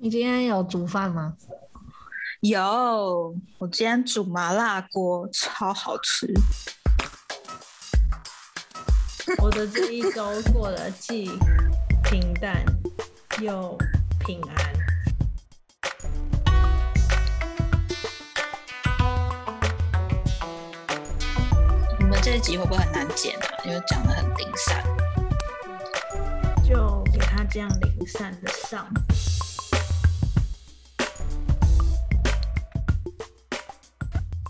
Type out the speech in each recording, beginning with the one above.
你今天有煮饭吗？有，我今天煮麻辣锅，超好吃。我的这一周过得既平淡又平安。我们这一集会不会很难剪啊？因为讲的很零散。就给他这样零散的上。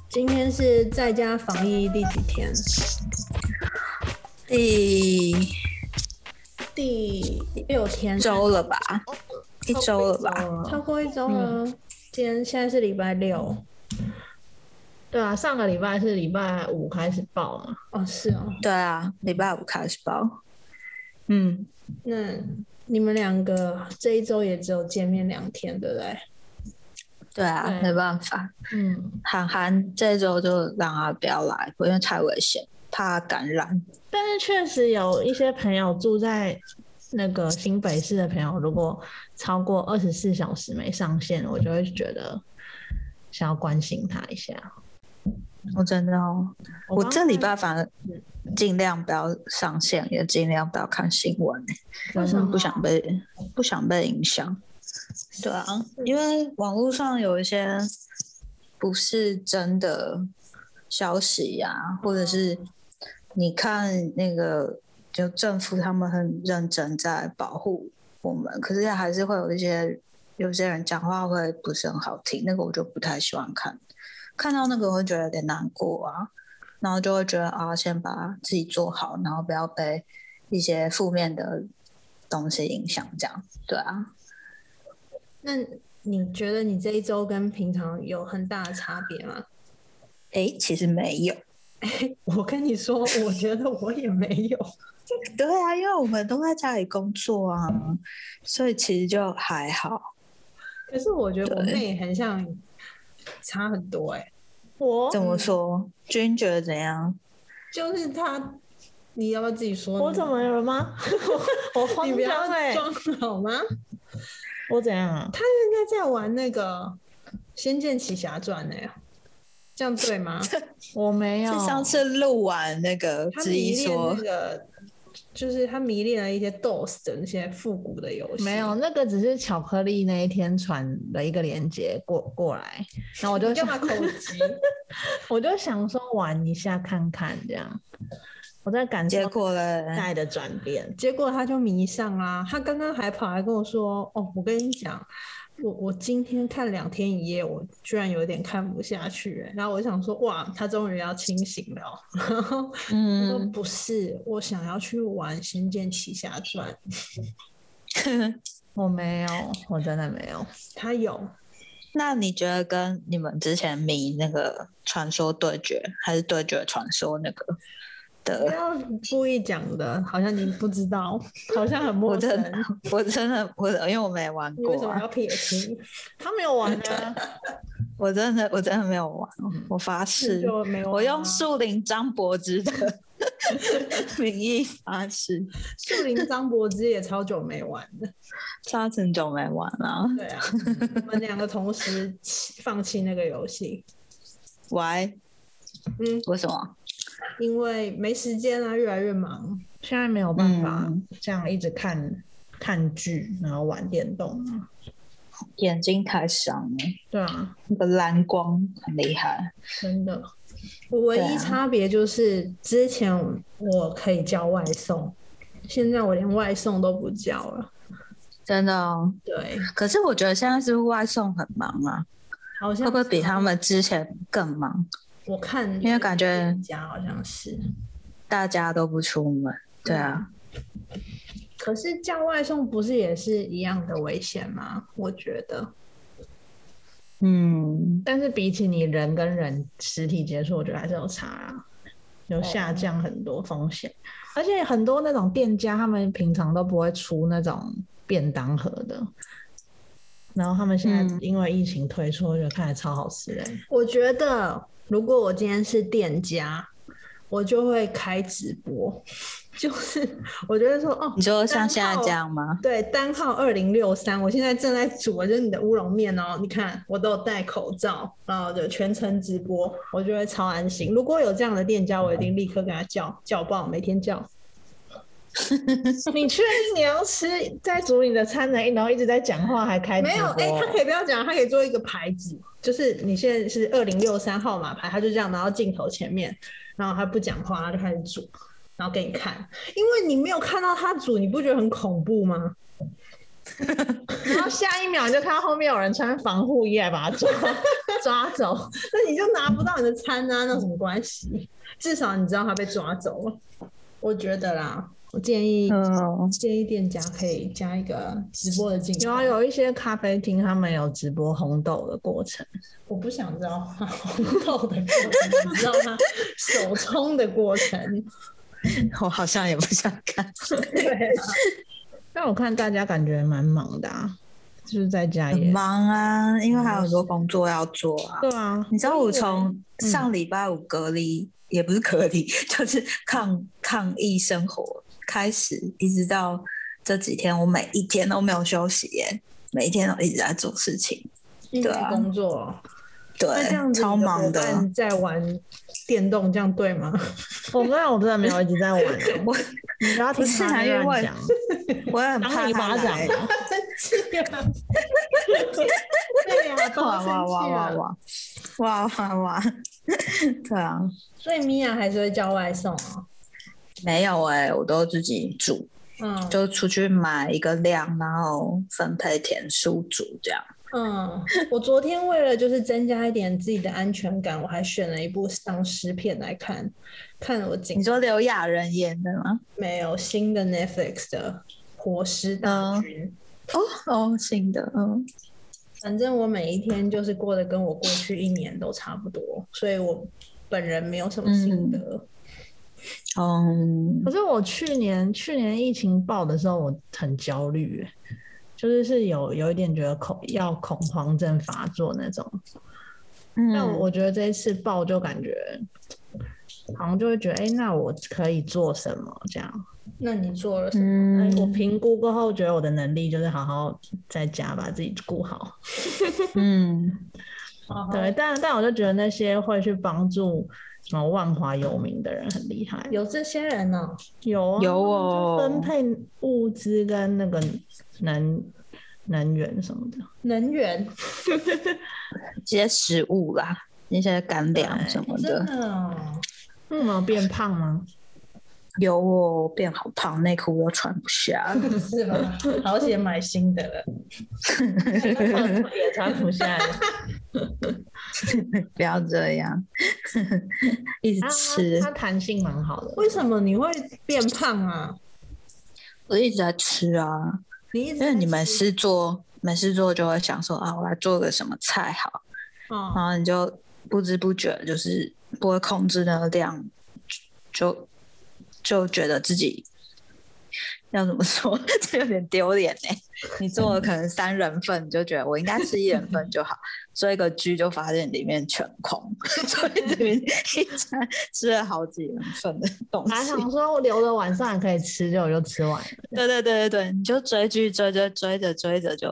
今天是在家防疫第几天？第第六天，啊一周了吧？一周了吧？超过一周了。今天现在是礼拜六。对啊，上个礼拜是礼拜五开始报嘛。哦，是哦。对啊，礼拜五开始包。嗯，那你们两个这一周也只有见面两天，对不对？对啊，对没办法。嗯。涵涵这周就让他不要来，因为太危险，怕感染。但是确实有一些朋友住在那个新北市的朋友，如果超过二十四小时没上线，我就会觉得想要关心他一下。我真的哦，我嗯刚这礼看拜反而尽量不要上线，也尽量不要看新闻、欸。为什真的么不想被不想被影响。对啊，因为网络上有一些不是真的消息呀、或者是你看那个就政府他们很认真在保护我们，可是还是会有一些有些人讲话会不是很好听，那个我就不太喜欢看，看到那个我会觉得有点难过啊，然后就会觉得啊，先把自己做好，然后不要被一些负面的东西影响，这样对啊。那你觉得你这一周跟平常有很大的差别 吗？诶，其实没有。我跟你说，我觉得我也没有。对啊，因为我们都在家里工作啊，所以其实就还好。可是我觉得我对妹很像，差很多哎、我怎么说？君觉得怎样？就是他，你要不要自己说呢？我怎么了吗？ 我你慌不要张哎、装好吗？ 我怎样啊？他现在在玩那个《仙剑奇侠传》呢，这样 对吗？我没有。是上次录完那个哦他之一迷恋说那，个，就是他迷恋了一些 DOS 的那些复古的游戏。没有，，那个只是巧克力那一天传了一个链接过过来，然后我就你干想，嘛口 急？我就想说玩一下看看这样，我在感结受果嘞，代的转变。结果他就迷上啦、他刚刚还跑来跟我说：“哦，我跟你讲，我我今天看两天一夜，我居然有点看不下去。”然后我想说：“哇，他终于要清醒了哦。”然后他说：“嗯，不是，我想要去玩《仙剑奇侠传》。我没有，我真的没有。”他有， 那你觉得跟你们之前迷那个传说对决，还是对决传说那个不的？要故意讲的，好像你不 知道，好像很我陌生真。的，我真的，我因为我没玩你为什过、么啊要，撇清？他没有玩啊，我真的，我真的没有玩，我发誓。嗯就没有、啊。我用树林张柏芝的名义发誓，树林张柏芝也超久没玩的。他很久没玩了。对啊， 我们两个同时弃放弃那个游戏，喂，嗯，为什么？因为没时间啊，越来越忙。啊现在没有办法、嗯这样一直看看剧，然后玩电动。啊眼睛太伤了，对啊，那个蓝光很厉害。真的。我唯对一啊差别就是，之前我可以叫外送，现在我连外送都不叫了。真的哦，对，可是我觉得现在是不是外送很忙啊，好会像不会比他们之前更忙？我看因为感觉家好像是，大家都不出门，对啊，可是叫外送不是也是一样的危险吗？我觉得嗯，但是比起你人跟人实体接触，我觉得还是有差、啊，哦有下降很多风险。而且很多那种店家，他们平常都不会出那种便当盒的，然后他们现在嗯因为疫情推出，我觉得看起来超好吃的、我觉得如果我今天是店家，我就会开直播， 就是我觉得说哦，你说像现在这样吗？对，单号二零六三，我现在正在煮，就是你的乌龙面哦。你看，我都有戴口罩，然后就全程直播，我就会超安心。如果有这样的店家，我一定立刻给他叫叫爆，每天叫。你确定你要吃在煮你的餐呢？然后一直在讲话，还开直播没有，哎、他可以不要讲，他可以做一个牌子，就是你现在是二零六三号码牌，他就这样拿到镜头前面，然后他不讲话，他就开始煮，然后给你看，因为你没有看到他煮，你不觉得很恐怖吗？然后下一秒你就看到后面有人穿防护衣来把他抓 抓走。那你就拿不到你的餐啊，那有什么关系？至少你知道他被抓走了，我觉得啦。我建议、嗯，建议店家可以加一个直播的镜头。有啊，有一些咖啡厅他们有直播红豆的过 程，我不想知道他 红豆的过程，你知道吗？手冲的 过程。我好像也不想看。对啊，但我看大家感觉蛮忙的啊，就是在家 很也忙啊，因为还有很多工作要做啊。对啊，你知道我从嗯上礼拜五隔离，也不是隔离， 就是抗抗疫生活开始，一直到这几天，我每一天都没有休息耶，每一天都一直在做事情，因为对啊工作。那这样对，子，超忙的。，在玩电动，这样对 吗？我刚才我真的没有一直在玩 哦，我你不要听不是他啊因为乱讲，我也很打怕你他巴掌来。啊！对哇哇哇哇呀，多生气啊！哇哇哇哇！ 对啊，所以米娅还是会叫外送啊。没有哎、我都自己煮，嗯，就出去买一个量，然后分配甜酥煮这样。嗯，我昨天为了就是增加一点自己的安全感，我还选了一部丧尸片来看，看我紧你说刘亚仁演的吗？没有新的 Netflix 的《活尸大军》哦哦，新的，嗯，反正我每一天就是过得跟我过去一年都差不多，所以我本人没有什么心得。嗯哦可，是我去年去年疫情爆的时候，我很焦虑耶，就是是有有一点觉得恐要 恐慌症发作那种。嗯但我我觉得这一次爆就感觉，好像就会觉得，哎、那我可以做什么这样？那你做了什么？哎嗯，我评估过后，觉得我的能力就是好好在家把自己顾好。嗯好对，但但我就觉得那些会去帮助什么万华游民的人很厉害，有这些人哦呢、有啊有就哦分配物资跟那个能能源什么的。能源这些食物啦，那些干粮什么真的，的哦、那有没有变胖吗？有哦，变好胖，内裤又穿不下 了。是吧？好险买新的了。 也穿不下 了。不要这样， 一直它吃，它弹性蛮好的。为什么你会变胖啊？我一直在吃啊，你一直因为你在们吃是做，没事做就会想说啊，我来做个什么菜好。哦然后你就不知不觉就是不会控制那个量，就就觉得自己要怎么说， 这有点丢脸哎。你做了可能三人份，你就觉得我应该吃一人份就好，做一个 G 就发现里面全空， 所以这边一餐吃了好几人份的东本来西。 想说我留着晚上也可以吃，就我就吃完了。对对对对对，你就追剧追追追着追着就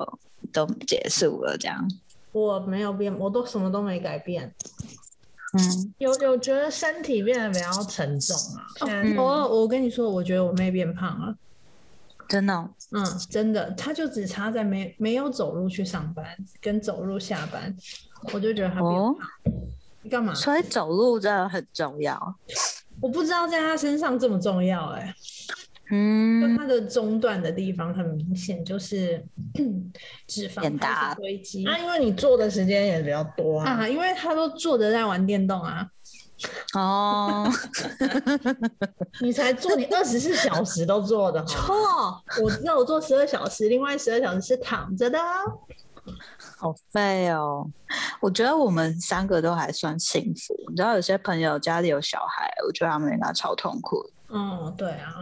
都结束了这样。我没有变，我都什么都没改变。嗯，有有觉得身体变得比较沉重啊，现在嗯我、我跟你说，我觉得我妹变胖了。真的哦、嗯，真的，她就只差在没没有走路去上班，跟走路下班，我就觉得她变胖。哦，你干嘛？所以走路真的很重要。我不知道在她身上这么重要哎、就 嗯，它的中段的地方很明显就是 脂肪变开大始堆积啊，因为你坐的时间也比较多啊，嗯嗯啊，因为他都坐着在玩电动啊， 哦，你才坐 你二十四小时都坐的 好吗，哦，我知道我坐十二小时，另外十二小时是躺着的啊、好废哦。我觉得我们三个都还算幸福。你知道有些朋友家里有小孩，我觉得他们应该超痛苦的。哦，嗯对啊，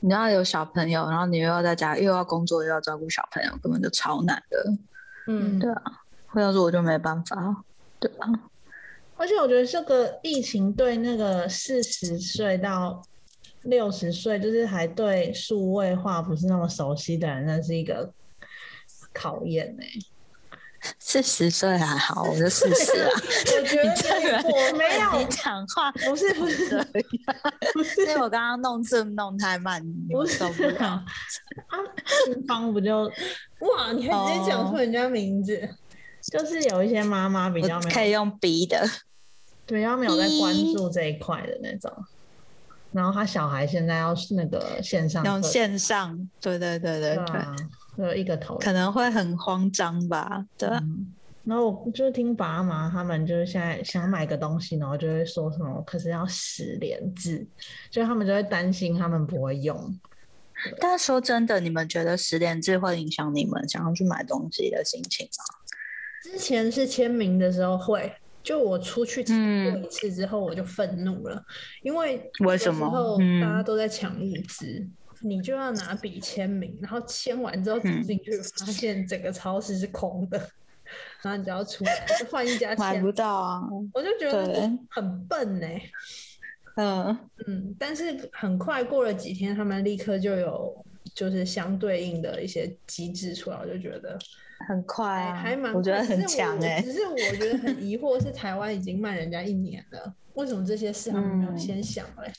你知道有小朋友，然后你又要在家，又要工作，又要照顾小朋友，根本就超难的。嗯，对啊，或者说我就没办法。对啊，而且我觉得这个疫情对那个四十岁到六十岁，就是还对数位化不是那么熟悉的人，那是一个考验欸呢、四十岁还好，我就四十啊。 我觉得你这个人我没 你有，讲话不是不 是不是因为我刚刚弄字弄太慢，你不们是受不了 啊。，新方不就哇，你还直接讲出人家名字，就是有一些妈妈比较我没可有以用鼻的，对，他没有在关注这一块的那种。然后他小孩现在要是那个线上用课线上，对对对对嗯对对，啊，有一个头。可能会很慌张吧？对啊吧，嗯然后我就是听爸妈他们就是现在想买个东西，然后就会说什么，可是要十连字，就他们就会担心他们不会用。但说真的，你们觉得十连制会影响你们想要去买东西的心情吗？之前是签名的时候会，就我出去过一次之后我就愤怒了，因为嗯为什么有时候嗯大家都在抢物资。你就要拿笔签名，然后签完之后走嗯进去，发现整个超市是空的，然后你就要出来就换一 家买签不，到啊，我就觉得对很笨呢、嗯，嗯，但是很快过了几天，他们立刻就有就是相对应的一些机制出来，我就觉得很快还、啊，还蛮快，我觉得很只是强我哎、只是我觉得很疑惑，是台湾已经慢人家一年了，为什么这些事他们没有嗯先想嘞？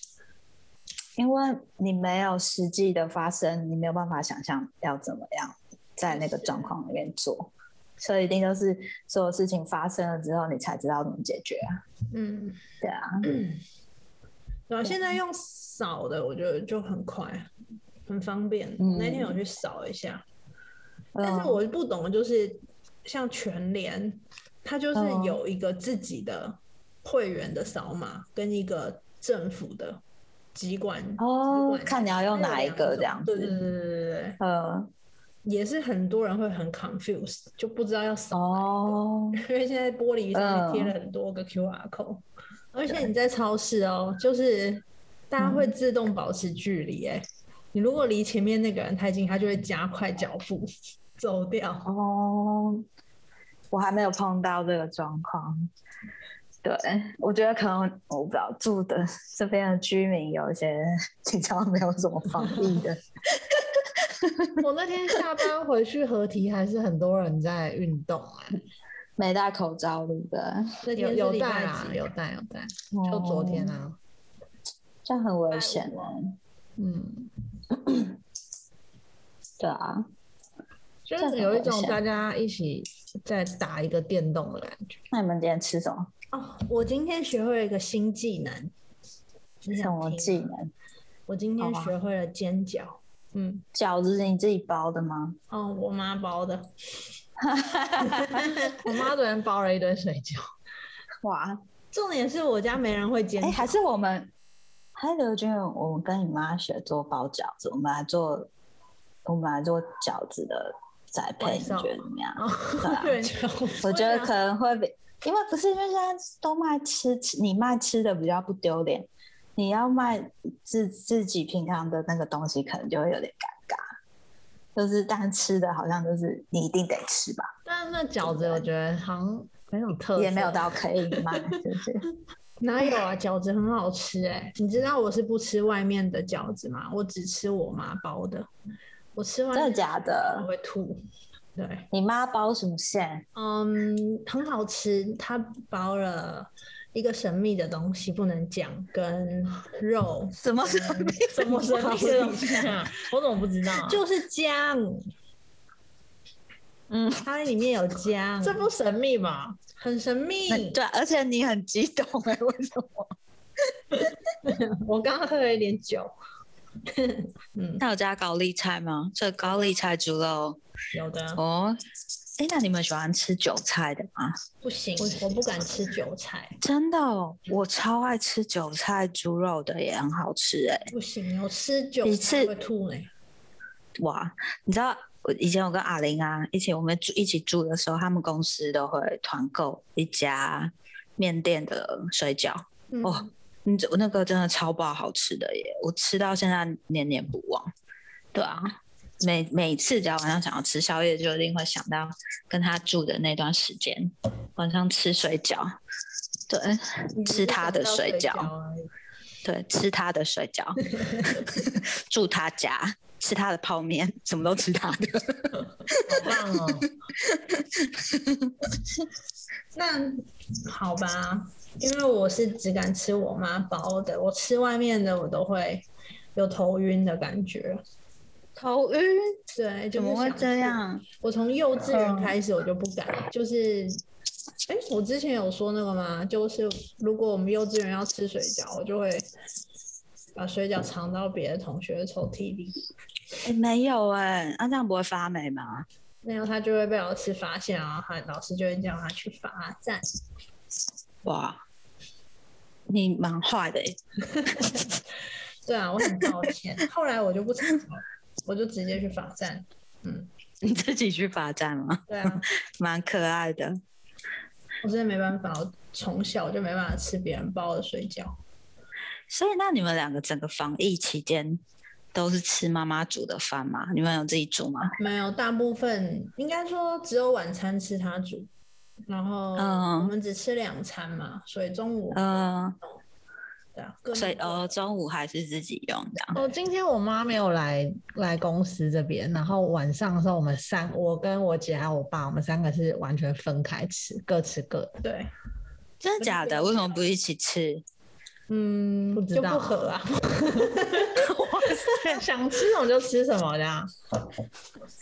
因为你没有实际的发生，你没有办法想象要怎么样在那个状况里面做，所以一定都是所有事情发生了之后，你才知道怎么解决啊。嗯，对啊，对啊，现在用扫的，我觉得就很快，很方便。嗯那天我去扫一下，但嗯是我不懂，就是像全联，它就是嗯有一个自己的会员的扫码，跟一个政府的机关哦，看你要用哪一个这样对对子，对对对对，呃，也是很多人会很 confused，就不知道要扫哪一个，哦， 嗯因为现在玻璃上面贴了很多个 QR code，、而且你在超市哦，就是嗯大家会自动保持距离、哎、你如果离前面那个人太近，他就会加快脚步 走掉。哦，我还没有碰到这个状况。对，我觉得可能我不知道住的这边的居民有一些平常没有什么防疫的，我那天下班回去合体，还是很多人在运动啊， 没戴口罩，对不对？那天有是有礼拜带啊，几有带有带，就昨天哦，啊，这样很危险哦礼拜呢。嗯，对啊，就是有一种大家一起在打一个电动的感觉。那你们今天吃什么？哦，我今天学会了一个新技能，你什想么听技吗？能？我今天好啊学会了煎饺。嗯，饺子是你自己包的吗？哦，我妈包的。我妈昨天包了一堆水饺，哇，重点是我家没人会煎哎、饺，还是我们，嗨，刘君，我跟你妈学做包饺子，我们来做，我们来做饺子的宅配，外你送觉得怎么样？哦对啊有人教我我觉得呀可能会比，因为不是因为现在都卖吃，吃你卖吃的比较不丢脸，你要卖自自己平常的那个东西，可能就会有点尴尬。就是，但吃的好像就是你一定得吃吧，但是那饺子我觉得好像没有特色，也没有到可以卖， 就是哪有啊？饺子很好吃哎、你知道我是不吃外面的饺子吗？我只吃我妈包的。我吃完真的假我的？会吐。对，你妈包什么馅？，嗯，很好吃。她包了一个神秘的东西，不能讲，跟肉什么嗯什么？什么神秘的 东西啊？我怎么不知道、啊？就是姜。嗯，它里面有姜，这不神秘吧？很神秘。对，啊而且你很激动哎、为什么？我刚刚喝了一点酒。嗯，那有加高丽菜吗？这高丽菜猪肉有的哦。哎，那你们喜欢吃韭菜的吗？不行，我不敢吃韭菜。真的、哦，我超爱吃韭菜猪肉的，也很好吃哎、不行，我吃久你才吃会吐呢、哇，你知道我以前我跟阿玲啊一起我们住一起住的时候，他们公司都会团购一家面店的水饺，嗯哦，你这那个真的超爆好吃的耶，我吃到现在念念不忘。对啊，每每次只要晚上想要吃宵夜，就一定会想到跟他住的那段时间，晚上吃水饺，对，嗯你只吃是他想的到水水饺而已对，吃他的水饺，住他家，吃他的泡面，什么都吃他的。好棒哦！那好吧，因为我是只敢吃我妈包的，我吃外面的我都会有头晕的感觉。头晕？对，就 怎么是会想这吐？样？我从幼稚嗯园开始我就不敢，就是，哎、我之前有说那个吗？就是如果我们幼稚园要吃水饺，我就会把水饺藏到别的同学的抽屉里，哎、没有哎、那、这样不会发霉吗？那样他就会被老师发现啊然后他老师就会叫他去罚站。哇，你蛮坏的、欸。对啊，我很抱歉。后来我就不藏了，我就直接去罚站。你自己去罚站吗？ 对啊，蛮可爱的。我真的没办法，我从小就没办法吃别人包的水饺。所以，那你们两个整个防疫期间都是吃妈妈煮的饭吗？你们有自己煮吗？没有，大部分应该说只有晚餐吃他煮，然后嗯我们只吃两餐嘛，所以中午嗯、对啊，各所以忙呃，中午还是自己用这样。哦，今天我妈没有来来公司这边，然后晚上的时候我们三，我跟我姐还有我爸，我们三个是完全分开吃，各吃各的。 对，真的假的？为什么不一起吃？嗯，不知就道不合啊，哇塞！想吃什么就吃什么啦，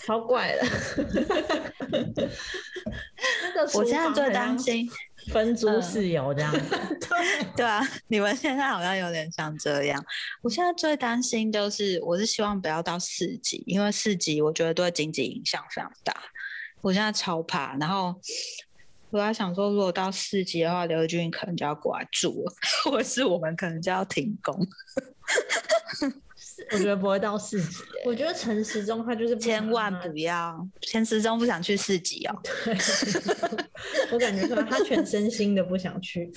超怪的。 那个我厨现在房啊最很像担心，分租嗯室友这样， 对啊，你们现在好像有点像这样。我现在最担心就是，我是希望不要到四级，因为四级我觉得对经济影响非常大。我现在超怕，然后我在想说，如果到四级的话，刘军可能就要过来住了， 或是我们可能就要停工。我觉得不会到四级耶。我觉得陈时中他就是不千想万让他不要，先始终不想去四级哦，我感觉出来他全身心的不想去，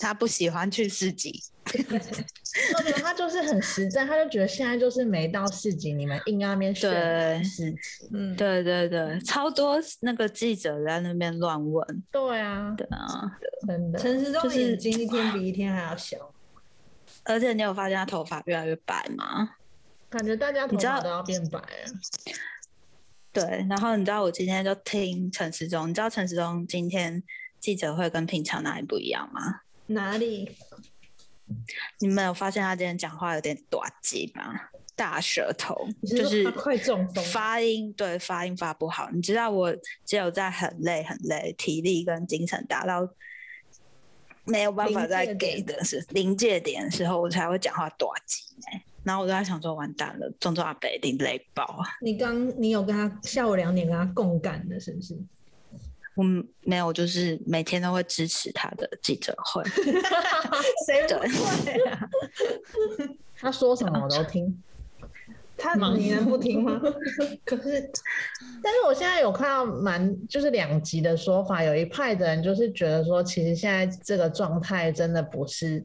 他不喜欢去四级。 我觉得他就是很实在，他就觉得现在就是没到四级，你们硬要那边选对四级。嗯，对对对，超多那个记者在那边乱问对啊，的啊。真的。陈时中就的是眼睛一天比一天还要小，而且你有发现他头发越来越白吗？感觉大家头你知道发都要变白了。对，然后你知道我今天就听陈时中，你知道陈时中今天记者会跟平常哪里不一样吗？哪里？你们有发现他今天讲话有点短气吗？大舌头，你就说是他快中风了发音对发音发不好。你知道我只有在很累很累，体力跟精神达到没有办法再临界给点的是临界点的时候，我才会讲话短气、欸。然后我就在想说，完蛋了，中中阿北一定累爆啊！你刚你有跟他下午两点跟他共感的，是不是？我们嗯没有，就是每天都会支持他的记者会。嗯谁对不会啊？ 他说什么我都听，他忙你能不听吗？可是，但是我现在有看到蛮就是两极的说法，有一派的人就是觉得说，其实现在这个状态真的不是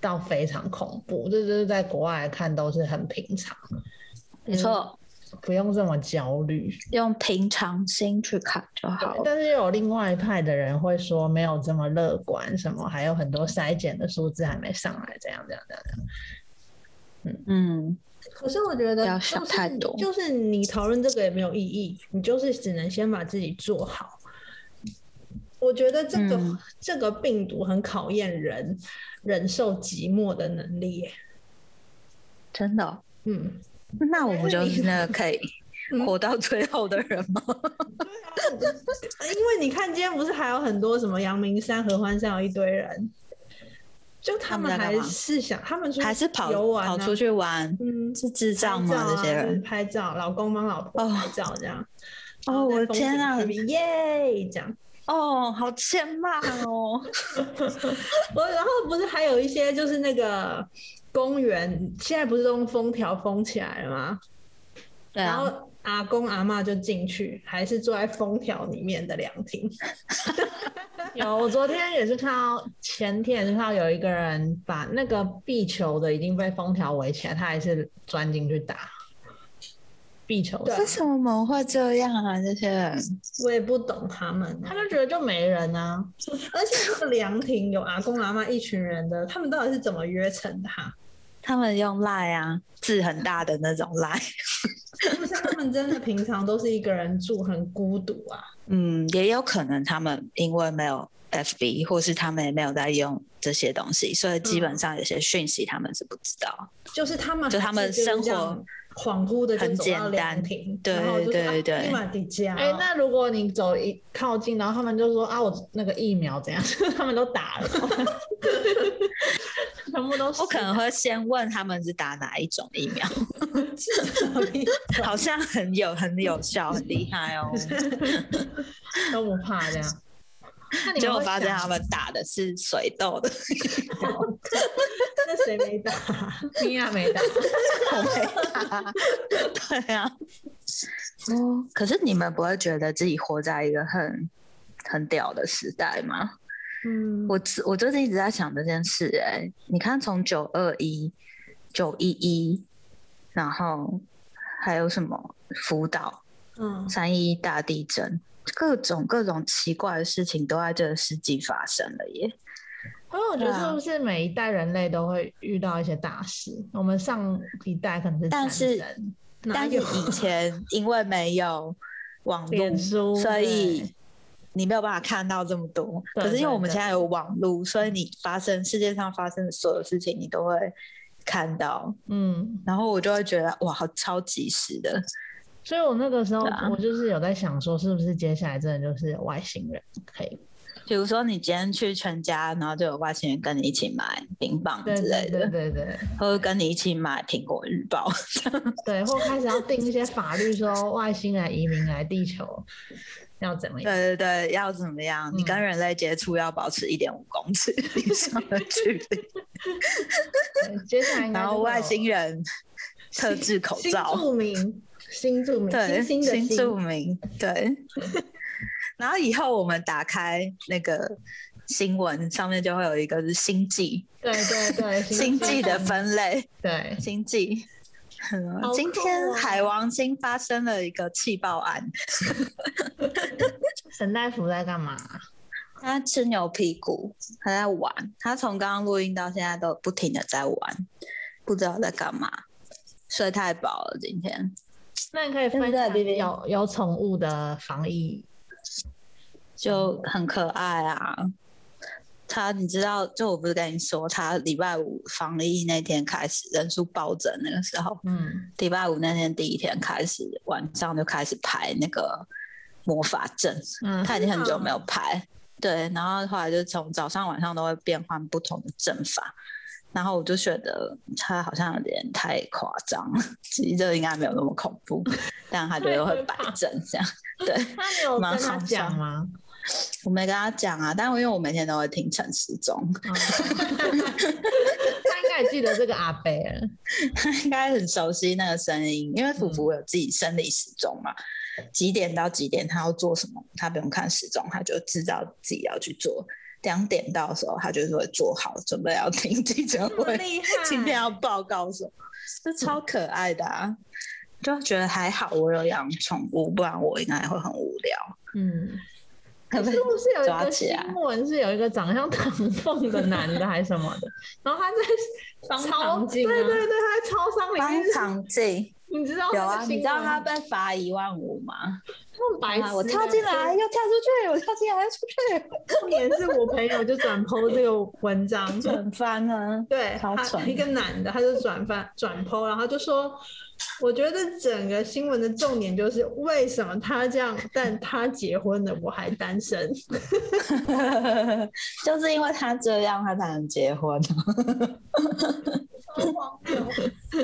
到非常恐怖，这就是在国外来看都是很平常，嗯没错，不用这么焦虑。用平常心去看就好了。但是又有另外一派的人会说没有这么乐观，什么还有很多筛检的数字还没上来，这样这样这样这样。嗯，可是我觉得不要就是想太多就是你讨论这个也没有意义，你就是只能先把自己做好。我觉得这个、嗯这个病毒很考验人忍受寂寞的能力耶。真的哦、嗯，那我们就是那个可以嗯活到最后的人吗？因为你看今天不是还有很多什么阳明山、合欢山有一堆人，就 他们他们在干还嘛是想他们出去还是跑游玩、啊、跑出去玩？嗯是智拍照障吗？啊这些就是人？拍照，老公帮老婆哦拍照这样。哦然后在我的风景天啊区耶！这样，哦，好欠骂 哦！我然后不是还有一些就是那个公园，现在不是都用封条封起来了吗？对然啊，后阿公阿嬷就进去，还是坐在封条里面的凉亭。有，我昨天也是看到，前天也是看到有一个人把那个壁球的已经被封条围起来，他还是钻进去打。壁球对赛啊为，什么会这样啊？这些人，我也不懂他们啊他。就觉得就没人啊，而且这个凉亭有阿公阿妈一群人的，他们到底是怎么约成的、啊？他们用赖啊，字很大的那种赖。是不是他们真的平常都是一个人住，很孤独啊？嗯，也有可能他们因为没有 FB，或是他们也没有在用这些东西，所以基本上有些讯息他们是不知道。就是他们就他们还是就是生活这样恍惚的就很走到简单凉亭，对然后就是对对啊立马抵家。哎、那如果你走一靠近，然后他们就说啊，我那个疫苗怎样，他们都打了，全部都是我可能会先问他们是打哪一种疫 苗，那好像很有很有效，很厉害哦。都不怕这样。那你结们果会发现想他们打的是水痘的，那谁没打？米娅没打，我没打。对啊，哦，可是你们不会觉得自己活在一个很很屌的时代吗？嗯，我自我最近一直在想这件事、欸，哎，你看从九二一、九一一，然后还有什么福岛嗯，三一大地震，各种各种奇怪的事情都在这个世纪发生了耶。因 为我觉得对是啊不是每一代人类都会遇到一些大事？我们上一代可能是但是战争哪但是有以前因为没有网脸络，书，所以对你没有办法看到这么多。对可是因为对我们对现在有网络，所以你发生世界上发生的所有事情，你都会看到。嗯，然后我就会觉得哇，好超及时的。所以我那个时候对啊我就是有在想说，是不是接下来真的就是有外星人可以比如说你今天去全家，然后就有外星人跟你一起买冰棒对之类对的，对对对或者跟你一起买苹果日报。对，或开始要定一些法律，说外星人移民来地球要怎么样？对对对，要怎么样？你跟人类接触要保持一点五公尺以上的距离，对接下来应该然就会后外有星人特制口新罩，著名，新著名，对，新的新新著名，对。然后以后我们打开那个新闻，上面就会有一个是星际，对对对 星际的分类。对经济。嗯好今酷天哦海王星发生了一个气爆案，沈大夫在干嘛？他吃牛屁股，他在玩，他从刚刚录音到现在都不停的在玩，不知道在干嘛，睡太饱了今天。那你可以分对享对对有有宠物的防疫就很可爱啊。他，你知道，就我不是跟你说，他礼拜五防疫那天开始人数暴增，那个时候，嗯，礼拜五那天第一天开始，晚上就开始排那个魔法阵，嗯他已经很久没有排，对，然后后来就从早上晚上都会变换不同的阵法，然后我就觉得他好像有点太夸张 了，其实这应该没有那么恐怖，但他觉得会摆阵这样，对那你有跟蛮他好讲笑 吗？我没跟他讲啊，但我因为我每天都会听陈时中，哦 他应该也记得这个阿贝了。他 应该很熟悉那个声音，因为福福有自己生理时钟嘛，几点到几点他要做什么，他不用看时钟，他就知道自己要去做。两点到的时候，他就是会做好准备要听记者这么会，厉害，今天要报告什么，这超可爱的啊！就觉得还好我有养宠物，不然我应该会很无聊。嗯，可不可以是不是有一抓个起新来闻是有一个长相唐凤的男的还是什么的，然后他在方超唐对镜啊对对，他在超商里方面，长进你知哦道那哎有啊，个你新知道闻他吗？被罚一万五吗？那么白痴欸啊，的，我跳进来又跳出去，我跳进来又出去。重点是我朋友就转 PO 这个文章， 很翻啊！对，超他蠢一个男的，他就转发 转 PO，然后就说，我觉得整个新闻的重点就是为什么他这样，但他结婚了，我还单身。 就是因为他这样，他才能结婚，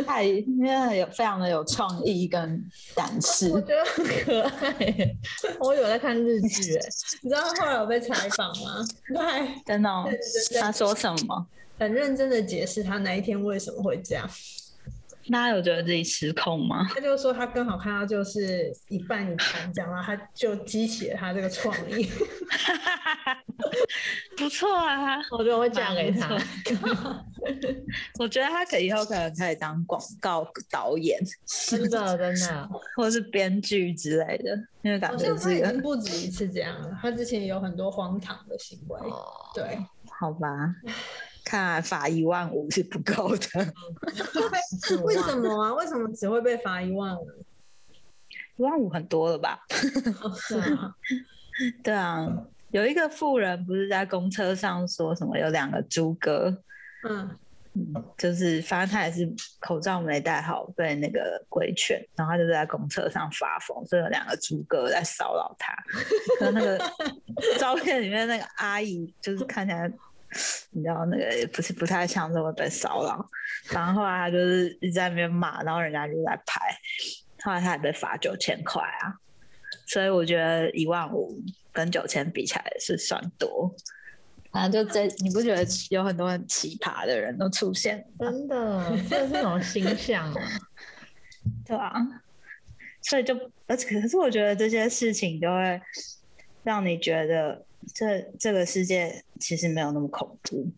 太因为有非常的有创意跟胆识我。觉得很可爱。对，我有在看日剧，哎你知道他后来有被采访吗？他还真的哦、对对对他说什么？很认真的解释他那一天为什么会这样。那他有觉得自己失控吗？他就说他刚好看到就是一半一半这样，然后他就激起了他这个创意。不错啊，啊我觉得我会嫁给他。我觉得他可以后可能可以当广告导演真的真的，或者是编剧之类的，因为感 好觉像他这已个经不止一次这样了，他之前也有很多荒唐的行为。哦对，好吧。看来罚一万五是不够的， 为什么啊？为什么只会被罚一万五？一万五很多了吧？是啊，对啊，有一个富人不是在公车上说什么有两个猪哥，嗯，就是反正他也是口罩没戴好被那个规劝，然后他就在公车上发疯，所以有两个猪哥在骚扰他。 可是那 个照片里面那个阿姨就是看起来，你知道那个也不是不太像是会被骚扰，然后后来他就是一直在那边骂，然后人家就在拍，后来他也被罚九千块啊。所以我觉得一万五跟九千比起来是算多。反正就这，你不觉得有很多很奇葩的人都出现了吗真的，这是什么形象啊？对啊，所以就而且可是我觉得这些事情都会让你觉得这这个世界其实没有那么恐怖。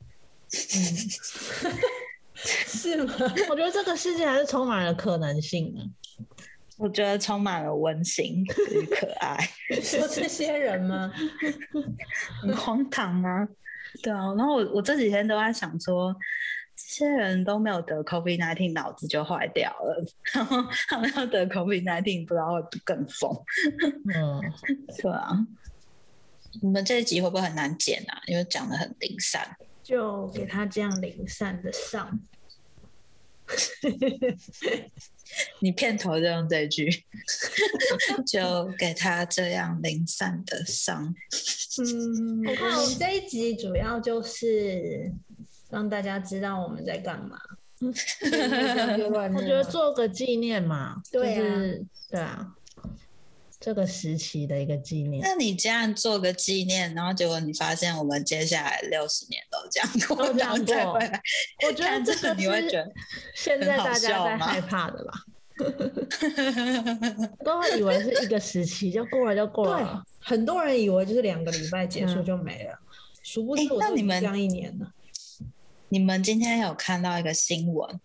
是 吗？我觉得这个世界还是充满了可能性啊。我觉得充满了温馨与可爱，说这些人吗？ 很荒唐啊！对啊，然后我我这几天都在想说，这些人都没有得 COVID nineteen，脑子就坏掉了，然后他们要得 COVID nineteen，不知道会不会更疯。嗯，对啊，你们这一集会不会很难剪啊？因为讲的很零散。就给他这样零散的上。你片头就用这句， 就给他这样零散的伤。嗯，我看我们这一集主要就是让大家知道我们在干嘛。我我觉得做个纪念嘛，对啊就是对啊，这个时期的一个纪念。那你这样做个纪念，然后结果你发现我们接下来六十年都这样过，都这然样后过再回来，我觉得看这这个个你会是觉得现在大家在很好笑吗害怕的吧？ 都会以为是一个时期，就过了就过对啊了。，很多人以为就是两个礼拜结束嗯就没了，殊不知诶我哎那都已你经们这样一年了。你们今天有看到一个新闻，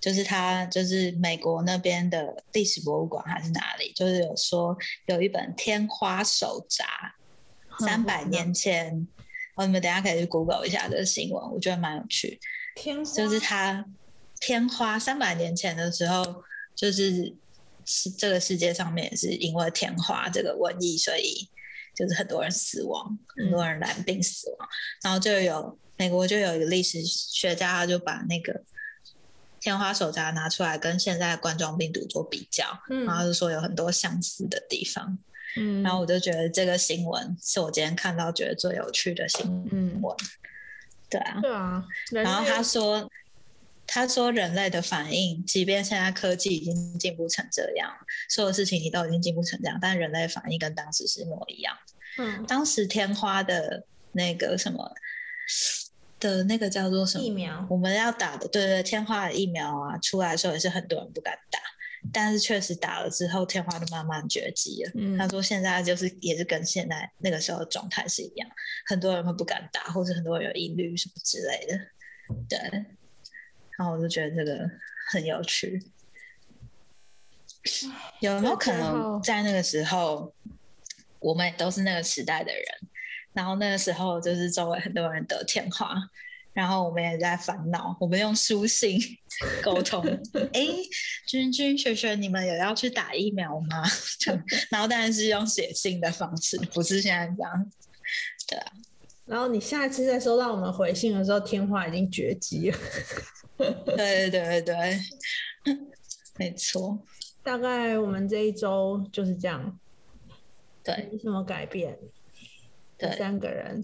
就是他就是美国那边的历史博物馆还是哪里，就是有说有一本《天花手札》，三百年前。哦，你们等一下可以去 Google 一下这个新闻，我觉得蛮有趣。天花就是它天花三百年前的时候，就是是这个世界上面也是因为天花这个瘟疫，所以就是很多人死亡，嗯很多人染病死亡。然后就有美国就有一个历史学家，他就把那个天花手札拿出来跟现在的冠状病毒做比较，嗯然后就说有很多相似的地方。嗯然后我就觉得这个新闻是我今天看到觉得最有趣的新闻。嗯，对啊，对啊，人类然后他说，他说人类的反应，即便现在科技已经进步成这样，所有事情你都已经进步成这样，但人类的反应跟当时是一模一样。嗯当时天花的那个什么的那个叫做什疫么？苗，我们要打的，对对，天花的疫苗啊，出来的时候也是很多人不敢打，但是确实打了之后，天花就慢慢绝迹了。嗯他说现在就是也是跟现在那个时候的状态是一样，很多人会不敢打，或者很多人有疑虑什么之类的。对，然后我就觉得这个很有趣。有没有可大家好能在那个时候，我们也都是那个时代的人，然后那个时候就是周围很多人得天花，然后我们也在烦恼，我们用书信 沟通。哎，君君、雪雪，你们有要去打疫苗吗？ 就然后当然是用写信的方式，不是现在这样。对啊，然后你下一次再收到我们回信的时候，天花已经绝迹了。对对对对对， 没错，大概我们这一周就是这样，对没什么改变。对三个人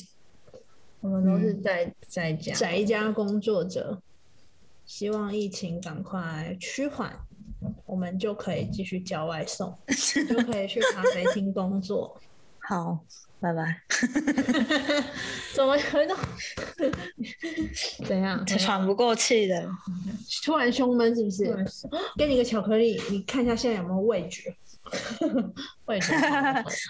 我们都是嗯在在家，宅家工作者，希望疫情赶快趋缓，我们 就可以继续叫外送，就可以去咖啡厅工作。好，拜拜。怎么有一 种怎样？怎样喘不过气的，突然胸闷是不是？给你个巧克力，你看一下现在有没有味觉。 会觉得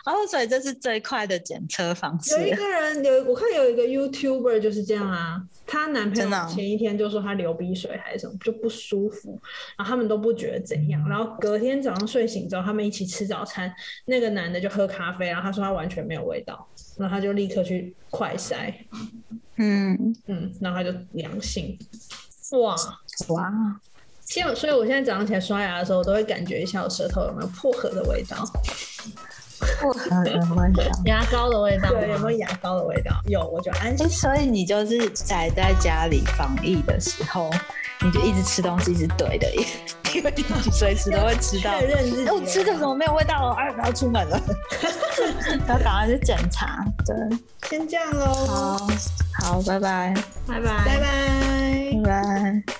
哦，所以这是最快的检测方式有。一个人有，我看有一个 YouTuber 就是这样啊，她男朋真的友哦前一天就说她流鼻水还是什么就不舒服，然后他们都不觉得怎样，然后隔天早上睡醒之后，他们一起吃早餐，那个男的就喝咖啡，然后他说他完全没有味道，然后他就立刻去快筛，嗯，嗯，然后他就阳性，哇！哇，其实，所以我现在早上起来刷牙的时候，我都会感觉一下我舌头有没有薄荷的味道，我很会想。牙膏的味道对，有吗没有牙膏的味道？有，我就安心哎、。所以你就是宅在家里防疫的时候，你就一直吃东西是对的耶， 因为你随时都会吃 到。确认自己哎我吃的怎么没有味道了？哎，我要出门 了，要赶快去检查。对，先这样喽，好，好，拜拜，拜拜拜拜拜拜。